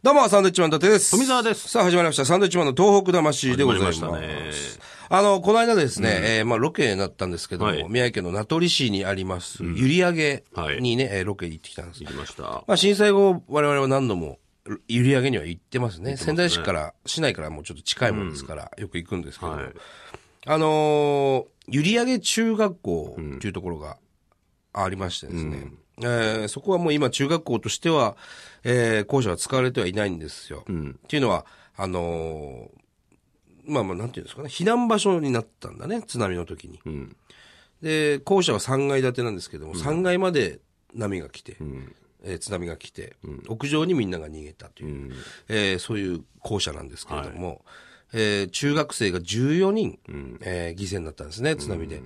どうも、サンドウィッチマン伊達です。富澤ですさあ、始まりました。サンドウィッチマンの東北魂でございます。始まりましたねあの、この間ですね、えーまあ、ロケになったんですけども、はい宮城県の名取市にあります、閖上にね、えーロケ行ってきたんです行きました。まあ、震災後、我々は何度も、閖上には行ってますね。仙台市から、市内からもうちょっと近いもんですから、よく行くんですけど、はいあのー、閖上中学校っていうところがありましてですね、えーそこはもう今中学校としては、えー校舎は使われてはいないんですよ。っていうのは、あのーまあまあ、なんていうんですかね、避難場所になったんだね、津波の時に。んで、校舎は3階建てなんですけども、3階まで波が来て、えー津波が来て、屋上にみんなが逃げたという、えーそういう校舎なんですけれども、えー中学生が14人、えー犠牲になったんですね、津波で。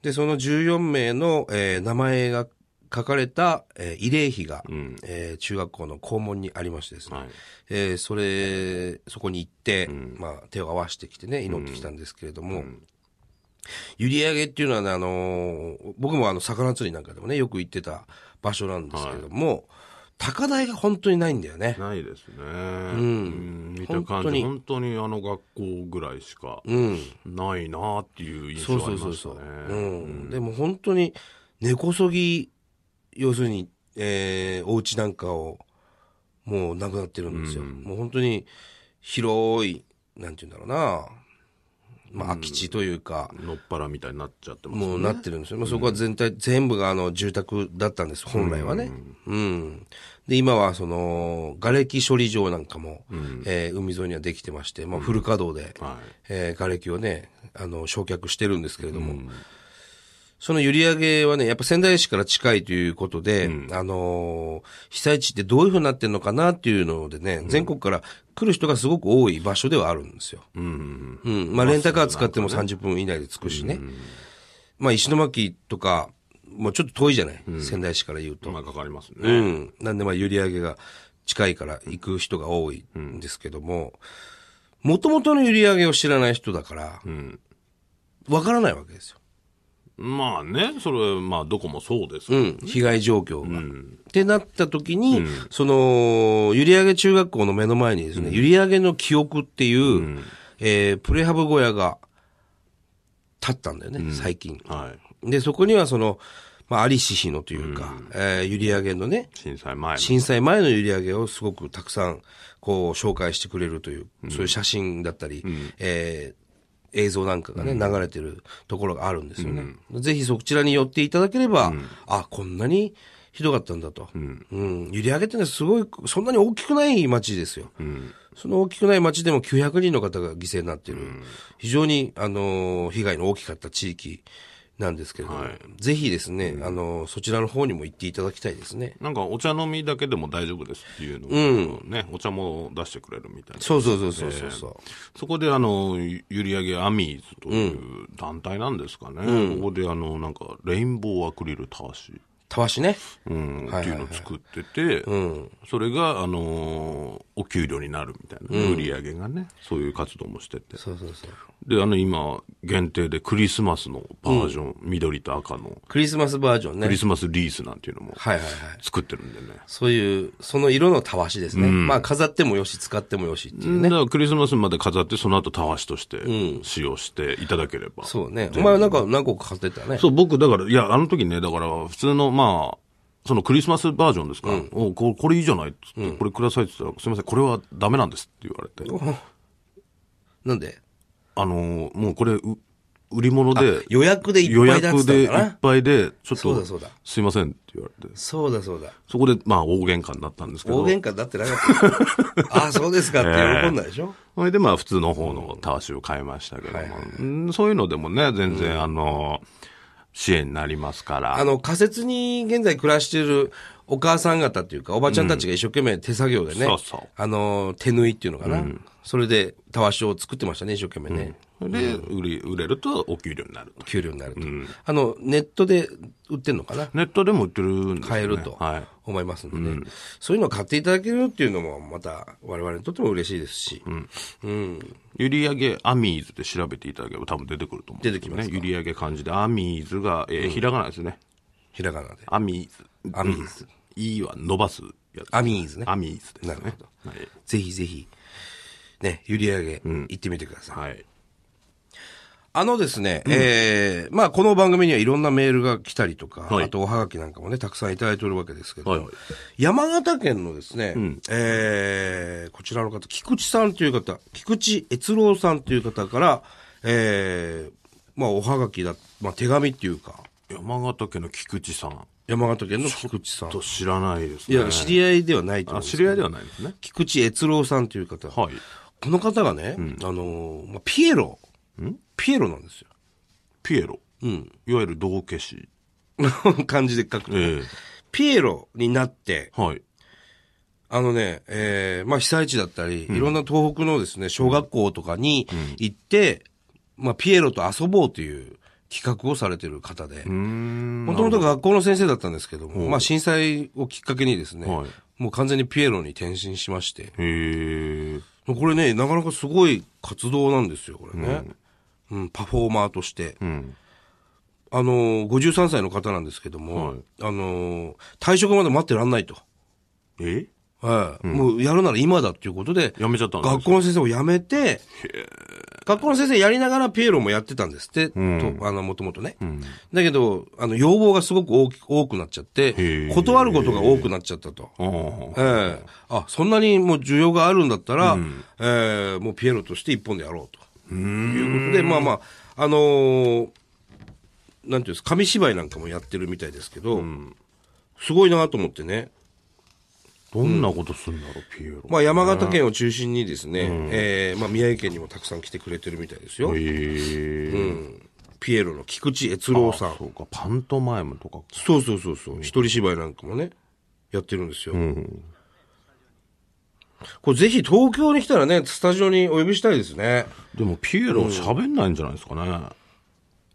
で、その14名の、えー名前が書かれた、えー慰霊碑が、えー中学校の校門にありましてですね、はいえーそれ、そこに行って、まあ、手を合わせてきてね、祈ってきたんですけれども、閖上っていうのはね、あのー僕もあの、魚釣りなんかでもね、よく行ってた場所なんですけれども、高台が本当にないんだよね。ないですね。うん。見た感本当じ、に本当にあの学校ぐらいしかないなっていう印そう象あそうりそまうしたそう。うね。ん。でも本当に、根こそぎ、要するに、えー、お家なんかを、もうなくなってるんですよ。もう本当に、広い、なんて言うんだろうな、まあ、空き地というか、のっぱらみたいになっちゃってますもうね。なってるんですよ。まあ、そこは全体、全部があの住宅だったんです、本来はね。うん。で、今はその、瓦礫処理場なんかも、えー海沿いにはできてまして、まあ、フル稼働で、はえー瓦礫をね、あの、焼却してるんですけれども、その閖上はね、やっぱ仙台市から近いということで、あのー被災地ってどういうふうになってるのかなっていうのでね、全国から来る人がすごく多い場所ではあるんですよ。い。うん。うん。まあ、レンタカー使っても30分以内で着くしね。まあ、石巻とか、もうちょっと遠いじゃない、仙台市から言うと。まあかかりますうね。ん。なんで、まあ、閖上が近いから行く人が多いんですけども、もともとの閖上を知らない人だから、わからないわけですよ。まあね、それ、まあどこもそうですけうど。ん。被害状況が。ってなった時に、その、閖上中学校の目の前にですね、閖上の記憶っていう、えープレハブ小屋が建ったんだよね、最近。はい。で、そこにはその、まあ、ありし日のというか、えー閖上のね、震災前の。震災前の閖上をすごくたくさん、こう、紹介してくれるという、そういう写真だったり、えー映像なんかがね、流れてるところがあるんですよね。ぜひそちらに寄っていただければ、あ、こんなにひどかったんだと。うん。閖上ってね、すごい、そんなに大きくない町ですよ。その大きくない町でも900人の方が犠牲になってる、非常に、あのー被害の大きかった地域なんですけれども、ぜひですね、あのーそちらの方にも行っていただきたいですね。なんかお茶飲みだけでも大丈夫ですっていうのをね、お茶も出してくれるみたいな。そうそうそうそうそうそう。そこであの、ゆ閖上アミーズという団体なんですかね。ここであの、なんか、レインボーアクリルたわし。たわしね。うんはいはいはいっていうのを作ってて、それが、あのーお給料になるみたいな、売り上げがね、そういう活動もしてて。そうそうそう。で、あの、今、限定でクリスマスのバージョン、緑と赤のクリスマスバージョンね。クはいリスマスリースなんていうのもはいはい。作ってるんでね。そういう、その色のたわしですね。まあ飾ってもよし、使ってもよしっていう。だからクリスマスまで飾って、その後たわしとして使用していただければ。そうね。お前なんか何個か買ってたね。そう、僕、だから、いや、あの時ね、だから、普通の、まあ、そのクリスマスバージョンですか、おここれいいじゃないっつって、これくださいって言ったら、すみません、これはダメなんですって言われて。なんであのーもうこれ、う売り物で、予約でい予っぱいだっ約つったでいんっだな。ぱいで、ちょっそうだそとうだ、すいませんって言われて、そうだそうだ。そこで、まあ、大喧嘩になったんですけ大ど、喧嘩だってなかった。 ああ、そうですかって喜んだでしょ、それで、まあ、普通の方のたわしを買いましたけども、うんそういうのでもね、全然、あのー支援になりますから。あの、仮設に現在暮らしてるお母さん方っていうか、おばちゃんたちが一生懸命手作業でね、そうそうあの、手縫いっていうのかな。それで、たわしを作ってましたね、一生懸命ね。で、売り、売れるとお給料になると。給料になると、あのネットで売ってんのかなネットでも売ってるんですよね。買えるとはい。思いますので、そういうのを買っていただけるっていうのもまた我々にとっても嬉しいですし、閖上アミーズで調べていただければ多分出てくると思うんですよね。出てき閖上漢字で、アミーズが、えーひらがなですね。ひらがなで。アミーズ。アミーズ。いいは伸ばす。やつ。アミーズね。アミーズですね。なるほど。はい。ぜひぜひ、ね、閖上行ってみてください。はい。あのですね、えーまあこの番組にはいろんなメールが来たりとか、はいあとおはがきなんかもね、たくさんいただいてるわけですけど、はいはい山形県のですね、えーこちらの方、菊池さんという方、菊池悦郎さんという方から、えーまあおはがきだ、まあ手紙っていうか、山形県の菊池さん。山形県の菊池さん。ちょっと知らないですいね。や、知り合いではないと思あうんです知けどり合いではないですね。菊池悦郎さんという方、はい。この方がね、あのーまあ、ピエロ、ピエロなんですよ。ピエロ。うん。いわゆる道化師。 漢字で書くと。えピエロになって、え。はい。あのね、えーまあ被災地だったり、いろんな東北のですね、小学校とかに行って、まあピエロと遊ぼうという企画をされてる方で、うーん。もともと学校の先生だったんですけども、まあ震災をきっかけにですね、はいもう完全にピエロに転身しまして、へえ。これね、なかなかすごい活動なんですよ、これね。うん、パフォーマーとして。うん。あのー、53歳の方なんですけども、はいあのー、退職まで待ってらんないと。えはい、もうやるなら今だっていうことで、やめちゃったんです学校の先生を辞めて、学校の先生やりながらピエロもやってたんですって、んとあの、もともとね。うん。だけど、あの、要望がすごく大き多くなっちゃっへて、ー断ることが多くなっちゃったと。ああ。ええあ、そんなにもう需要があるんだったら、ええもうピエロとして一本でやろうと。いうことで、まあまあ、あのーなんていうんですか、紙芝居なんかもやってるみたいですけど、すごいなと思ってね。どんなことすんだろう、ピエロ。まあ、山形県を中心にですね、ええまあ、宮城県にもたくさん来てくれてるみたいですよ。へえ。ピエロの菊池悦郎さんあ。そうか、パントマイムとか。そうそうそうそう。一人芝居なんかもね、やってるんですよ。うん。これぜひ東京に来たらね、スタジオにお呼びしたいですね。でも、ピエロ喋んないんじゃないですかね。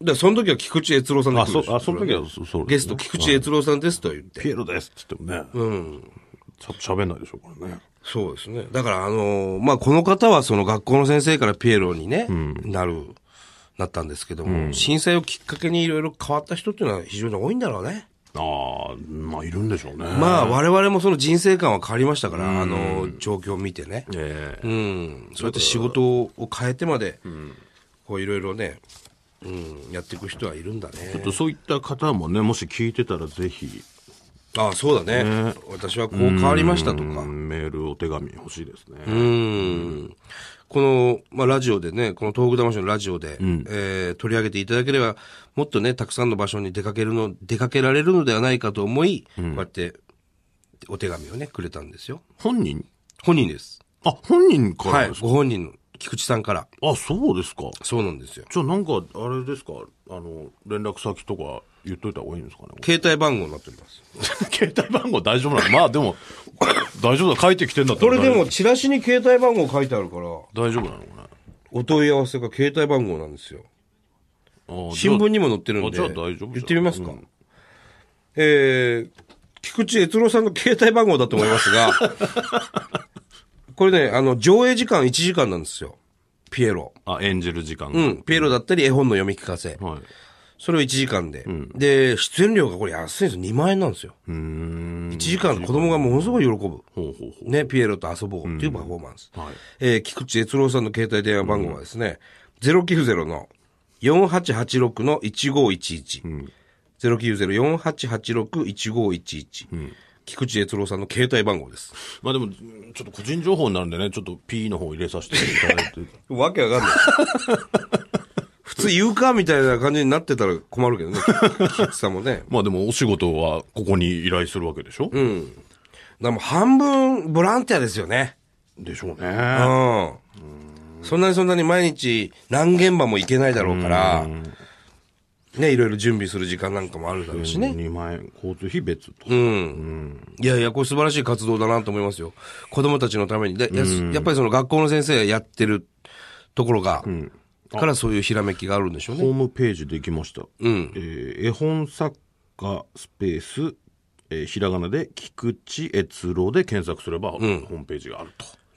で、その時は菊池悦郎さんがあ、来るそで、しょあ、その時は、そそうゲでスすト、ね菊池悦郎さんですと言って。ピエロですって言ってもね。うん。ちょっと喋んないでしょうからね。そうですね。だから、あのーまあ、この方はその学校の先生からピエロにね、なる、なったんですけども、震災をきっかけにいろいろ変わった人っていうのは非常に多いんだろうね。ああ、まあ、いるんでしょうね。まあ、我々もその人生観は変わりましたから、あのー状況を見てね。ええうん。そうやって仕事を変えてまで、こういろいろね、うん、やっていく人はいるんだね。そういった方もね、もし聞いてたら、ぜひ、ああ、そうだね。私はこう変わりましたとか。うんメール、お手紙欲しいですね。うんこの、まあ、ラジオでね、この東北魂のラジオで、えー取り上げていただければ、もっとね、たくさんの場所に出かけるの、出かけられるのではないかと思い、こうやって、お手紙をね、くれたんですよ。本人本人です。あ、本人からはい。ですご本人の菊池さんから。か、あ、そうですか。そうなんですよ。じゃあ、なんか、あれですか、あの、連絡先とか言っといた方がいいんですかね。携帯番号になっております。 携帯番号大丈夫なの まあ、でも、大丈夫だ、書いてきてんだったそられでも、チラシに携帯番号書いてあるから、大丈夫なのかね。お問い合わせが携帯番号なんですよ。あー新聞にも載ってるんで、あじゃあ大丈夫じゃん言ってみますか。えー、菊池悦郎さんの携帯番号だと思います が、これね、あの、上映時間1時間なんですよ。ピエロ。あ、演じる時間うが。ん。ピエロだったり絵本の読み聞かせ。はい。それを1時間で。で、出演料がこれ安いんですよ。2万円なんですよ。うーん。 1時間子供がものすごい喜ぶ。ほうほうほね、ピエロと遊ぼうっていうパフォーマンス。う。はい。えー菊池悦郎さんの携帯電話番号はですね、090の4886の1511。090-4886-1511、菊池悦郎さんの携帯番号です。まあでも、ちょっと個人情報になるんでね、ちょっと P の方入れさせていただいて。わけわかんない。 普通言うかみたいな感じになってたら困るけどね、菊池さんもね。 まあでも、お仕事はここに依頼するわけでしょうん。でもう半分ボランティアですよね。でしょううね。ん。そんなにそんなに毎日何現場も行けないだろうから、ね、いろいろ準備する時間なんかもあるだろうしね。 2万円、交通費別と。いやいや、これ素晴らしい活動だなと思いますよ。子供たちのために。で、やすやっぱりその学校の先生やってるところが、からそういうひらめきがあるんでしょうホね。ームページできました。んえー絵本作家スペース、えーひらがなで菊池悦郎で検索すれば、ホームページがある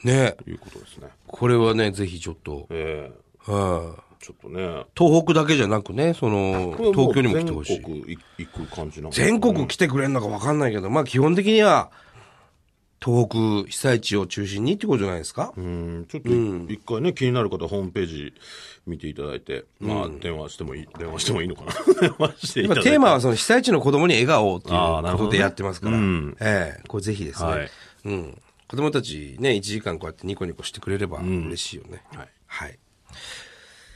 ねということですね。これはね、ぜひちょっと、えはいーちょっとね。東北だけじゃなくね、その、東京にも来てほしい。全国行く感じなの全国来てくれるのかわかんないけど、まあ基本的には、東北被災地を中心にってことじゃないですか。うんちょっとい一回ね、気になる方はホームページ見ていただいて、まあ、電話してもいい、電話してもいい のかな電話していた今だいて。テーマはその被災地の子供に笑顔をっていあーうなるこほどとねでやってますから、うんええこれぜひですね、はいうん、子供たちね、1時間こうやってニコニコしてくれれば嬉しいよね。はいはい。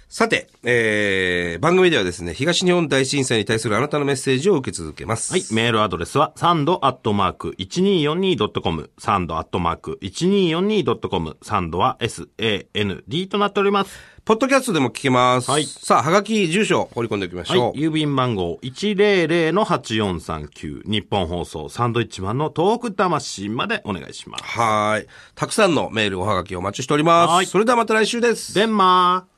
さて、えー、番組ではですね、東日本大震災に対するあなたのメッセージを受け続けます。はい。メールアドレスは、サンドアットマーク 1242.com、サンドアットマーク 1242.com、サンドは SAND となっております。ポッドキャストでも聞けます。はいさあ、はがき、住所、放り込んでおきましはい。ょう。郵便番号100-8439、日本放送、サンドイッチマンのトーク魂までお願いします。はーい。たくさんのメール、おはがきお待ちしております。はいそれではまた来週です。でんまー。